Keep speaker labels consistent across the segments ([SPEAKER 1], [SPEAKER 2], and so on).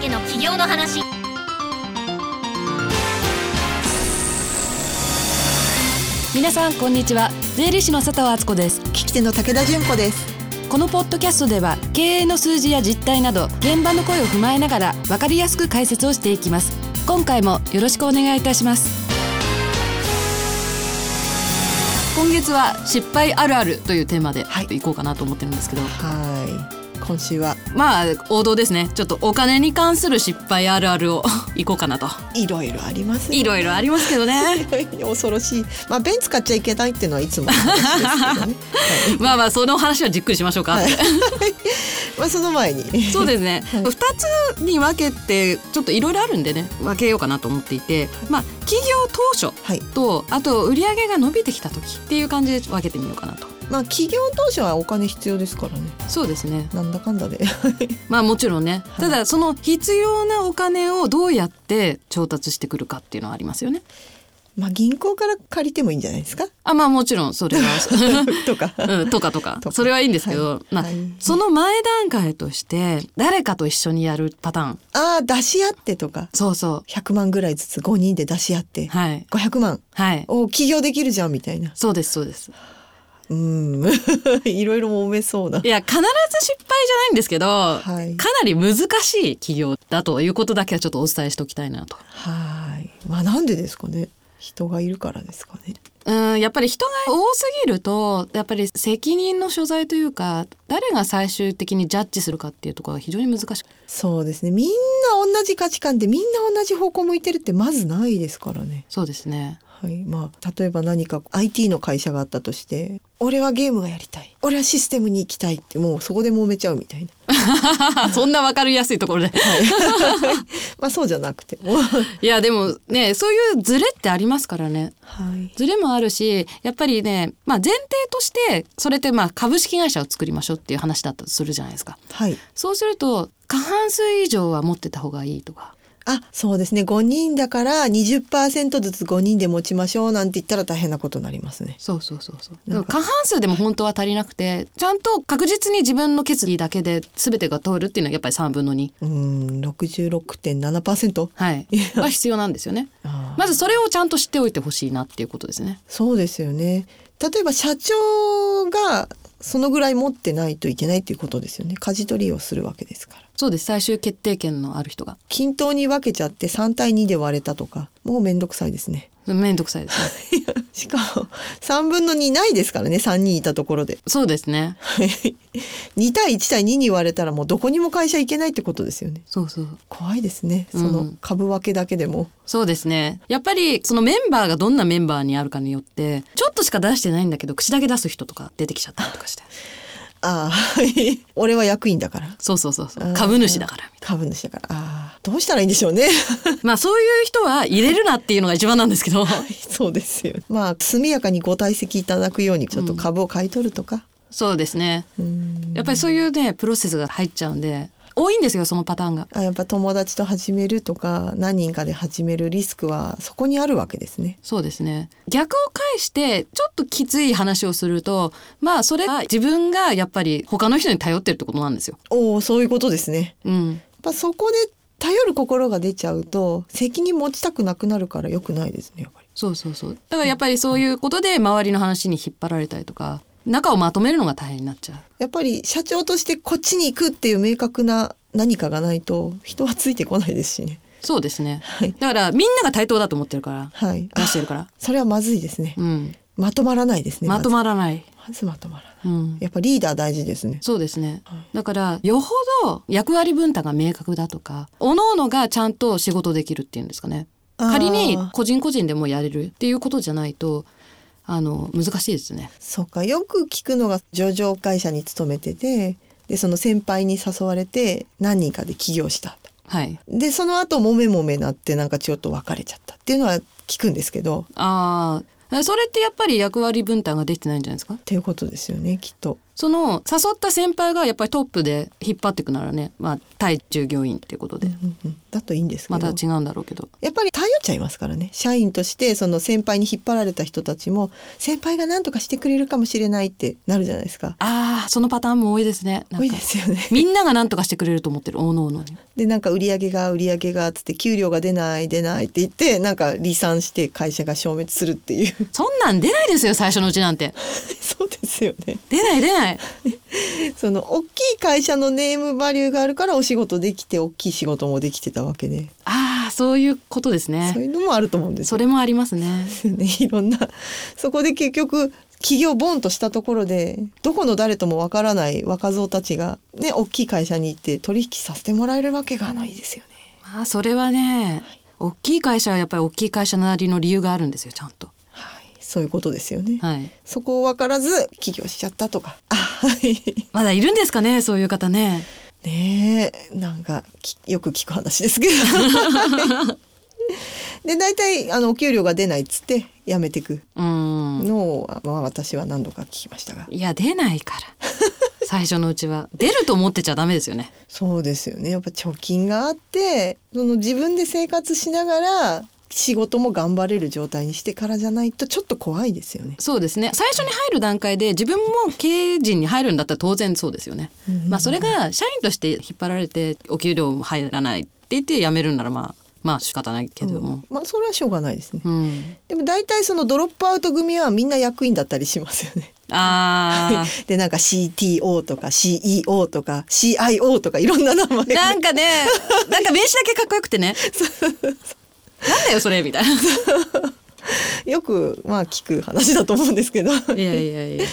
[SPEAKER 1] の話
[SPEAKER 2] 皆さんこんにちは税理士の佐藤敦子です
[SPEAKER 3] 聞き手の武田純子です
[SPEAKER 2] このポッドキャストでは経営の数字や実態など現場の声を踏まえながら分かりやすく解説をしていきます今回もよろしくお願いいたします今月は失敗あるあるというテーマで
[SPEAKER 3] はい
[SPEAKER 2] いこうかなと思ってるんですけど、
[SPEAKER 3] はい今週は
[SPEAKER 2] まあ王道ですねちょっとお金に関する失敗あるあるをいこうかなと
[SPEAKER 3] いろいろありますね
[SPEAKER 2] いろいろありますけどね
[SPEAKER 3] 恐ろしいまあベン使っちゃいけないっていうのはいつもの話ですけ どね、はい
[SPEAKER 2] まあまあその話はじっくりしましょうか、
[SPEAKER 3] はいまあその前に
[SPEAKER 2] そうです ね、
[SPEAKER 3] はい
[SPEAKER 2] 2つに分けてちょっといろいろあるんでね分けようかなと思っていて、まあ、企業当初
[SPEAKER 3] はい
[SPEAKER 2] とあと売上が伸びてきた時っていう感じで分けてみようかなと。
[SPEAKER 3] まあ企業当初はお金必要ですからね
[SPEAKER 2] そうですね
[SPEAKER 3] なんだかんだで
[SPEAKER 2] まあもちろんねただその必要なお金をどうやって調達してくるかっていうのはありますよね。
[SPEAKER 3] まあ銀行から借りてもいいんじゃない ですか
[SPEAKER 2] あまあもちろんそれ は、
[SPEAKER 3] とか
[SPEAKER 2] うん、とかとか
[SPEAKER 3] とか
[SPEAKER 2] それはいいんですけど、
[SPEAKER 3] はい
[SPEAKER 2] まあ
[SPEAKER 3] はい
[SPEAKER 2] その前段階として誰かと一緒にやるパターン
[SPEAKER 3] ああ出し合ってとか
[SPEAKER 2] そうそ
[SPEAKER 3] 100万ぐらいずつ5人で出し合って
[SPEAKER 2] うはい
[SPEAKER 3] 500万
[SPEAKER 2] はい
[SPEAKER 3] を起業できるじゃんみたいな
[SPEAKER 2] そうですそうです。
[SPEAKER 3] うーん いろいろ揉めそうない
[SPEAKER 2] や必ず失敗じゃないんですけど、
[SPEAKER 3] い
[SPEAKER 2] かなり難しい企業だということだけはちょっとお伝えしておきたいなと。
[SPEAKER 3] はい。まあなんでですかね。人がいるからですかね。
[SPEAKER 2] うんやっぱり人が多すぎるとやっぱり責任の所在というか誰が最終的にジャッジするかっていうところが非常に難しく
[SPEAKER 3] そうですね。みんな同じ価値観でみんな同じ方向向いてるってまずないですからね。
[SPEAKER 2] そうですね
[SPEAKER 3] はい。まあ例えば何か IT の会社があったとして、俺はゲームがやりたい。俺はシステムに行きたいってもうそこで揉めちゃうみたいな。
[SPEAKER 2] そんな分かりやすいところで
[SPEAKER 3] はい。 まあそうじゃなくても。
[SPEAKER 2] いやでもねそういうズレってありますからね
[SPEAKER 3] はい。
[SPEAKER 2] ズレもあるしやっぱりね、まあ、前提としてそれってまあ株式会社を作りましょうっていう話だったとするじゃないですか
[SPEAKER 3] はい。
[SPEAKER 2] そうすると過半数以上は持ってた方がいいとか
[SPEAKER 3] あ、そうですね。5人だから20%ずつ5人で持ちましょうなんて言ったら大変なことになりますね。
[SPEAKER 2] そうそうそうそう
[SPEAKER 3] なんか
[SPEAKER 2] 過半数でも本当は足りなくてちゃんと確実に自分の決議だけで全てが通るっていうのはやっぱり3分の2、
[SPEAKER 3] うーん、66.7%。
[SPEAKER 2] はい、は必要なんですよね
[SPEAKER 3] あー
[SPEAKER 2] まずそれをちゃんと知っておいてほしいなっていうことですね
[SPEAKER 3] そうですよね。例えば社長がそのぐらい持ってないといけないっていうことですよね。舵取りをするわけですから。
[SPEAKER 2] そうです最終決定権のある人が
[SPEAKER 3] 均等に分けちゃって3対2で割れたとか、もうめんどくさいですね。
[SPEAKER 2] めんどくさいですね
[SPEAKER 3] しかも3分の2ないですからね、3人いたところで。
[SPEAKER 2] そうですね
[SPEAKER 3] 2対1対2に割れたらもうどこにも会社行けないってことですよね。
[SPEAKER 2] そうそう
[SPEAKER 3] 怖いですね。そ
[SPEAKER 2] うん
[SPEAKER 3] の株分けだけでも。
[SPEAKER 2] そうですねやっぱりそのメンバーがどんなメンバーにあるかによってちょっとしか出してないんだけど口だけ出す人とか出てきちゃったりとか して
[SPEAKER 3] ああ、はい 俺は役員だから。
[SPEAKER 2] そうそうそうそう
[SPEAKER 3] あー
[SPEAKER 2] 株主だから
[SPEAKER 3] 株主だから。ああ、どうしたらいいんでしょうね。
[SPEAKER 2] まあそういう人は入れるなっていうのが一番なんですけど
[SPEAKER 3] そうですよ。まあ速やかにご退席いただくようにちょっと株を買い取るとか。
[SPEAKER 2] そうですね
[SPEAKER 3] うん
[SPEAKER 2] やっぱりそういうねプロセスが入っちゃうんで多いんですよそのパターンが
[SPEAKER 3] あやっぱ友達と始めるとか何人かで始めるリスクはそこにあるわけですね。
[SPEAKER 2] そうですね逆を返してちょっときつい話をするとまあそれは自分がやっぱり他の人に頼ってるってことなんですよ
[SPEAKER 3] おおそういうことですね。
[SPEAKER 2] うん
[SPEAKER 3] やっぱそこで頼る心が出ちゃうと責任持ちたくなくなるから良くないですねやっぱり。
[SPEAKER 2] そうそうそうだからやっぱりそういうことで周りの話に引っ張られたりとか中をまとめるのが大変になっちゃう
[SPEAKER 3] やっぱり社長としてこっちに行くっていう明確な何かがないと人はついてこないですしね。
[SPEAKER 2] そうですね
[SPEAKER 3] はい
[SPEAKER 2] だからみんなが対等だと思ってるから
[SPEAKER 3] はい。
[SPEAKER 2] 出してるから
[SPEAKER 3] それはまずいですね
[SPEAKER 2] う。ん
[SPEAKER 3] まとまらないですね。
[SPEAKER 2] まと
[SPEAKER 3] ま
[SPEAKER 2] まらない
[SPEAKER 3] ずまずまとまらない。
[SPEAKER 2] うん
[SPEAKER 3] やっぱリーダー大事ですね。
[SPEAKER 2] そうですね
[SPEAKER 3] はい。
[SPEAKER 2] だからよほど役割分担が明確だとか、各々がちゃんと仕事できるっていうんですかね。
[SPEAKER 3] あー
[SPEAKER 2] 仮に個人個人でもやれるっていうことじゃないと、あの難しいですね。
[SPEAKER 3] そうかよく聞くのが上場会社に勤めててでその先輩に誘われて何人かで起業した
[SPEAKER 2] はい。
[SPEAKER 3] でその後もめもめなってなんかちょっと別れちゃったっていうのは聞くんですけどっ
[SPEAKER 2] ああ、それってやっぱり役割分担ができてないんじゃないですか。
[SPEAKER 3] ていうことですよねきっと。
[SPEAKER 2] その誘った先輩がやっぱりトップで引っ張っていくならね、まあ対従業員っていうことで、
[SPEAKER 3] うんうんだといいんですけど、
[SPEAKER 2] また違うんだろうけど。
[SPEAKER 3] やっぱり頼っちゃいますからね社員としてその先輩に引っ張られた人たちも先輩が何とかしてくれるかもしれないってなるじゃないですか。
[SPEAKER 2] ああ、そのパターンも多いですね。なん
[SPEAKER 3] 多
[SPEAKER 2] か
[SPEAKER 3] いですよね。
[SPEAKER 2] みんなが何とかしてくれると思ってる、各々に。
[SPEAKER 3] でなんか売り上げが売り上げがっつって給料が出ない出ないって言ってなんか離散して会社が消滅するっていう
[SPEAKER 2] そんなん出ないですよ最初のうちなんて
[SPEAKER 3] そうですよね
[SPEAKER 2] 出ない出ない
[SPEAKER 3] その大きい会社のネームバリューがあるからお仕事できて大きい仕事もできてたわけで、
[SPEAKER 2] ああそういうことです
[SPEAKER 3] そう
[SPEAKER 2] ね
[SPEAKER 3] いうのもあると思うんです
[SPEAKER 2] そ
[SPEAKER 3] よ
[SPEAKER 2] れもありますね
[SPEAKER 3] ね いろんなそこで結局企業ボンとしたところでどこの誰ともわからない若造たちがね大きい会社に行って取引させてもらえるわけがないですよね。
[SPEAKER 2] まあそれはね大きい会社はやっぱり大きい会社なりの理由があるんですよちゃんと
[SPEAKER 3] はい、そういうことですよね。
[SPEAKER 2] はい
[SPEAKER 3] そこを分からず起業しちゃったとか。あはい。
[SPEAKER 2] まだいるんですかねそういう方ね
[SPEAKER 3] ねえなんかきよく聞く話ですけど。で大体あのお給料が出ないっつって辞めてく
[SPEAKER 2] うん
[SPEAKER 3] のを、まあ、私は何度か聞きましたが
[SPEAKER 2] いや出ないから最初のうちは出ると思ってちゃダメですよね
[SPEAKER 3] そうですよねやっぱ貯金があってその自分で生活しながら仕事も頑張れる状態にしてからじゃないとちょっと怖いですよね。
[SPEAKER 2] そうですね最初に入る段階で自分も経営陣に入るんだったら当然そうですよね、
[SPEAKER 3] うん
[SPEAKER 2] まあそれが社員として引っ張られてお給料も入らないって言って辞めるんならまあまあ仕方ないけども、
[SPEAKER 3] まあそれはしょうがないですね。
[SPEAKER 2] うん、
[SPEAKER 3] でも大体そのドロップアウト組はみんな役員だったりしますよね。
[SPEAKER 2] あ
[SPEAKER 3] でなんか CTO とか CEO とか CIO とかいろんな名前
[SPEAKER 2] ーなんかねなんか名刺だけかっこよくてねなんだよそれみたいな
[SPEAKER 3] よくまあ聞く話だと思うんですけど
[SPEAKER 2] いやいやいや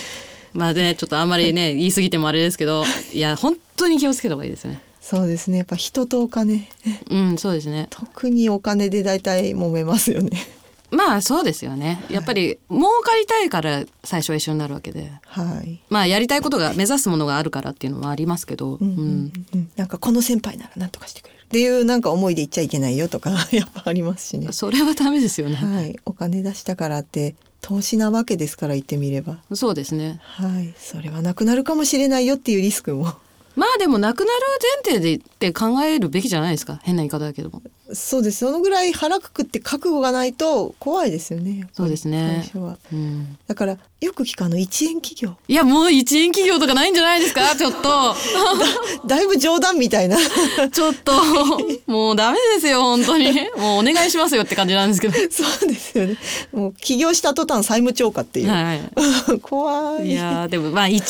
[SPEAKER 2] まあねちょっとあんまりね言い過ぎてもあれですけどいや本当に気をつけた方がいいですね
[SPEAKER 3] そうですねやっぱ人とお金
[SPEAKER 2] うんそうですね
[SPEAKER 3] 特にお金で大体揉めますよね
[SPEAKER 2] まあそうですよねやっぱり儲かりたいから最初は一緒になるわけで
[SPEAKER 3] はい、
[SPEAKER 2] まあやりたいことが目指すものがあるからっていうのはありますけど、う
[SPEAKER 3] うんんうんうんなんかこの先輩なら何とかしてくれるっていうなんか思いで言っちゃいけないよとか やっぱありますしね
[SPEAKER 2] それはダメですよね、
[SPEAKER 3] はいお金出したからって投資なわけですから言ってみれば
[SPEAKER 2] そうですね
[SPEAKER 3] はいそれはなくなるかもしれないよっていうリスクも
[SPEAKER 2] まあでもなくなる前提でって考えるべきじゃないですか変な言い方だけども
[SPEAKER 3] そうですそのぐらい腹くくって覚悟がないと怖いですよねやっぱり
[SPEAKER 2] そうですね
[SPEAKER 3] 最初は
[SPEAKER 2] うん
[SPEAKER 3] だからよく聞くあの一円企業
[SPEAKER 2] いやもう一円企業とかないんじゃないですかちょっと
[SPEAKER 3] だいぶ冗談みたいな
[SPEAKER 2] ちょっと もうダメですよ本当にもうお願いしますよって感じなんですけど
[SPEAKER 3] そうですよねもう起業した途端債務超過ってい う、
[SPEAKER 2] はい、
[SPEAKER 3] 怖い
[SPEAKER 2] いやーでもまあ1円は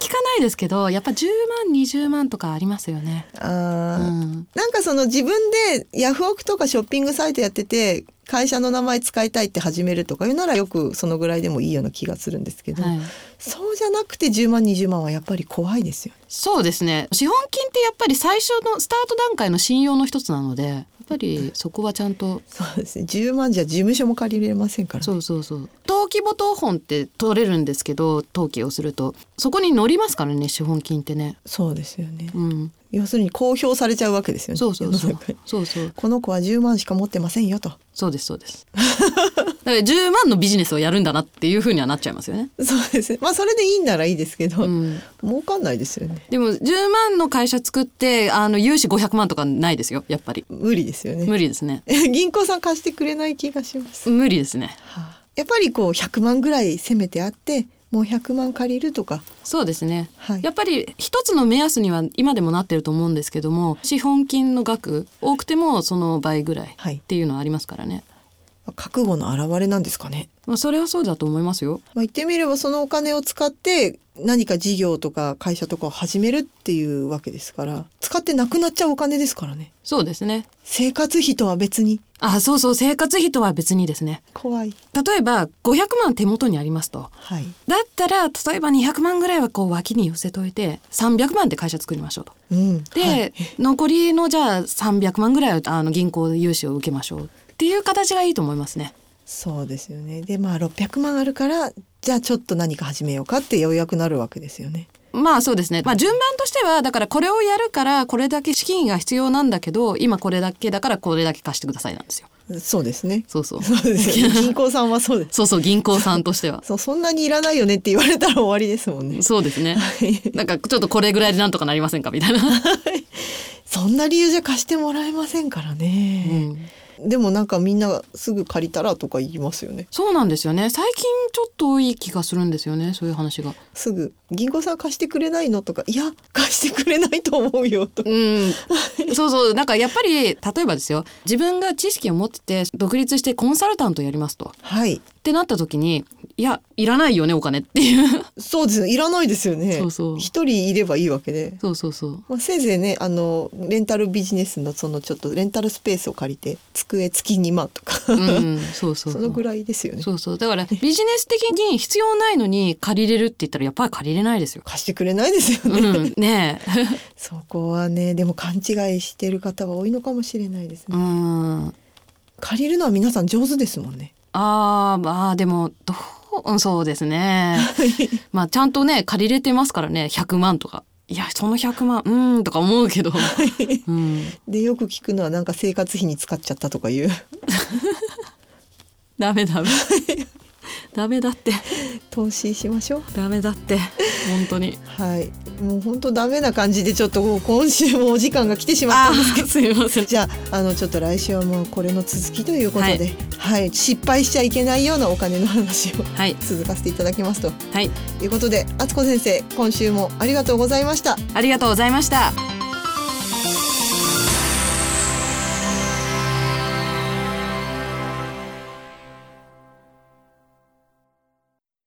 [SPEAKER 2] 聞かないですけ どやっぱ10万20万とかありますよね。
[SPEAKER 3] あ
[SPEAKER 2] う
[SPEAKER 3] ー、
[SPEAKER 2] ん、
[SPEAKER 3] なんかその自分でヤフオクとかショッピングサイトやってて会社の名前使いたいって始めるとかいうならよくそのぐらいでもいいような気がするんですけど、
[SPEAKER 2] はい、
[SPEAKER 3] そうじゃなくて10万20万はやっぱり怖いですよね
[SPEAKER 2] そうですね資本金ってやっぱり最初のスタート段階の信用の一つなのでやっぱりそこはちゃんと
[SPEAKER 3] そうですね10万じゃ事務所も借りれませんからね
[SPEAKER 2] そうそうそう登記簿謄本って取れるんですけど登記をするとそこに載りますからね資本金ってね。
[SPEAKER 3] そうですよね。
[SPEAKER 2] うん、
[SPEAKER 3] 要するに公表されちゃうわけですよね。
[SPEAKER 2] そうそうそう
[SPEAKER 3] 世の中に
[SPEAKER 2] そうそう
[SPEAKER 3] この子は10万しか持ってませんよと。
[SPEAKER 2] そうですそうですだから10万のビジネスをやるんだなっていうふうにはなっちゃいますよね、
[SPEAKER 3] そうですね。まあそれでいいんならいいですけど、
[SPEAKER 2] うん、
[SPEAKER 3] 儲かんないですよね。
[SPEAKER 2] でも10万の会社作ってあの融資500万とかないですよやっぱり
[SPEAKER 3] 無理ですよね。
[SPEAKER 2] 無理ですね
[SPEAKER 3] 銀行さん貸してくれない気がします。
[SPEAKER 2] 無理ですね
[SPEAKER 3] はあやっぱりこう100万ぐらいせめてあって、もう100万借りるとか。
[SPEAKER 2] そうですね
[SPEAKER 3] はい
[SPEAKER 2] や。っぱり一つの目安には今でもなってると思うんですけども資本金の額多くてもその倍ぐらい
[SPEAKER 3] はい
[SPEAKER 2] っていうのはありますからね、
[SPEAKER 3] 覚悟の表れなんですかね。
[SPEAKER 2] まあ、それはそうだと思いますよ
[SPEAKER 3] まあ、言ってみればそのお金を使って何か事業とか会社とかを始めるっていうわけですから、使ってなくなっちゃうお金ですからね。
[SPEAKER 2] そうですね
[SPEAKER 3] 生活費とは別に
[SPEAKER 2] あそうそう生活費とは別にですね
[SPEAKER 3] 怖い。
[SPEAKER 2] 例えば500万手元にありますと
[SPEAKER 3] はい。
[SPEAKER 2] だったら例えば200万ぐらいはこう脇に寄せといて300万で会社作りましょうと
[SPEAKER 3] うん。
[SPEAKER 2] で、
[SPEAKER 3] はい
[SPEAKER 2] 残りのじゃあ300万ぐらいはあの銀行で融資を受けましょうっていう形がいいと思いますね。
[SPEAKER 3] そうですよね。で、まあ600万あるから、じゃあちょっと何か始めようかってようやくなるわけですよね。
[SPEAKER 2] まあそうですね、まあ、順番としてはだからこれをやるからこれだけ資金が必要なんだけど今これだけだからこれだけ貸してくださいなんですよ。
[SPEAKER 3] そうですね。
[SPEAKER 2] そう そう
[SPEAKER 3] そうですよね。銀行さんはそうです。
[SPEAKER 2] そうそう銀行さんとしては
[SPEAKER 3] そう、そんなにいらないよねって言われたら終わりですもんね。
[SPEAKER 2] そうですねなんかちょっとこれぐらいでなんとかなりませんかみたいな。
[SPEAKER 3] そんな理由じゃ貸してもらえませんから
[SPEAKER 2] う
[SPEAKER 3] ね。
[SPEAKER 2] ん
[SPEAKER 3] でもなんかみんなすぐ借りたらとか言いますよね
[SPEAKER 2] そうなんですよね最近ちょっと多い気がするんですよねそういう話が
[SPEAKER 3] すぐ「銀行さん貸してくれないの?」とか「いや貸してくれないと思うよ」とか
[SPEAKER 2] うん、そうそうなんかやっぱり例えばですよ自分が知識を持ってて独立してコンサルタントやりますと
[SPEAKER 3] はい
[SPEAKER 2] ってなった時にいやいらないよねお金っていう
[SPEAKER 3] そうですねいらないですよね
[SPEAKER 2] そうそう
[SPEAKER 3] 一人いればいいわけで、
[SPEAKER 2] そうそうそう
[SPEAKER 3] まあ、せいぜいねあのレンタルビジネスのそのちょっとレンタルスペースを借りて机月2万とか、
[SPEAKER 2] うん、そうそう
[SPEAKER 3] そ
[SPEAKER 2] そう
[SPEAKER 3] のぐらいですよね
[SPEAKER 2] そうそうだからビジネス的に必要ないのに借りれるって言ったらやっぱり借りれないですよ。
[SPEAKER 3] 貸してくれないです
[SPEAKER 2] う
[SPEAKER 3] よね、
[SPEAKER 2] ん、 ねえ
[SPEAKER 3] そこはねでも勘違いしてる方が多いのかもしれないですね、
[SPEAKER 2] うん
[SPEAKER 3] 借りるのは皆さん上手ですもんね
[SPEAKER 2] あーまあでもどううんそうですね。まあちゃんとね借りれてますからね100万とかいやその100万うんとか思うけど、うん、
[SPEAKER 3] でよく聞くのはなんか生活費に使っちゃったとかいう
[SPEAKER 2] ダメダメダメだって
[SPEAKER 3] 投資しましょう
[SPEAKER 2] ダメだって本当に。
[SPEAKER 3] はいもう本当ダメな感じでちょっともう今週もお時間が来てしまった
[SPEAKER 2] あ
[SPEAKER 3] んです
[SPEAKER 2] ー すいません。
[SPEAKER 3] じゃああのちょっと来週はもうこれの続きということで、
[SPEAKER 2] はい
[SPEAKER 3] はい、失敗しちゃいけないようなお金の話を
[SPEAKER 2] はい
[SPEAKER 3] 続かせていただきますと
[SPEAKER 2] はい
[SPEAKER 3] いうことで敦子先生今週もありがとうございました
[SPEAKER 2] ありがとうございました。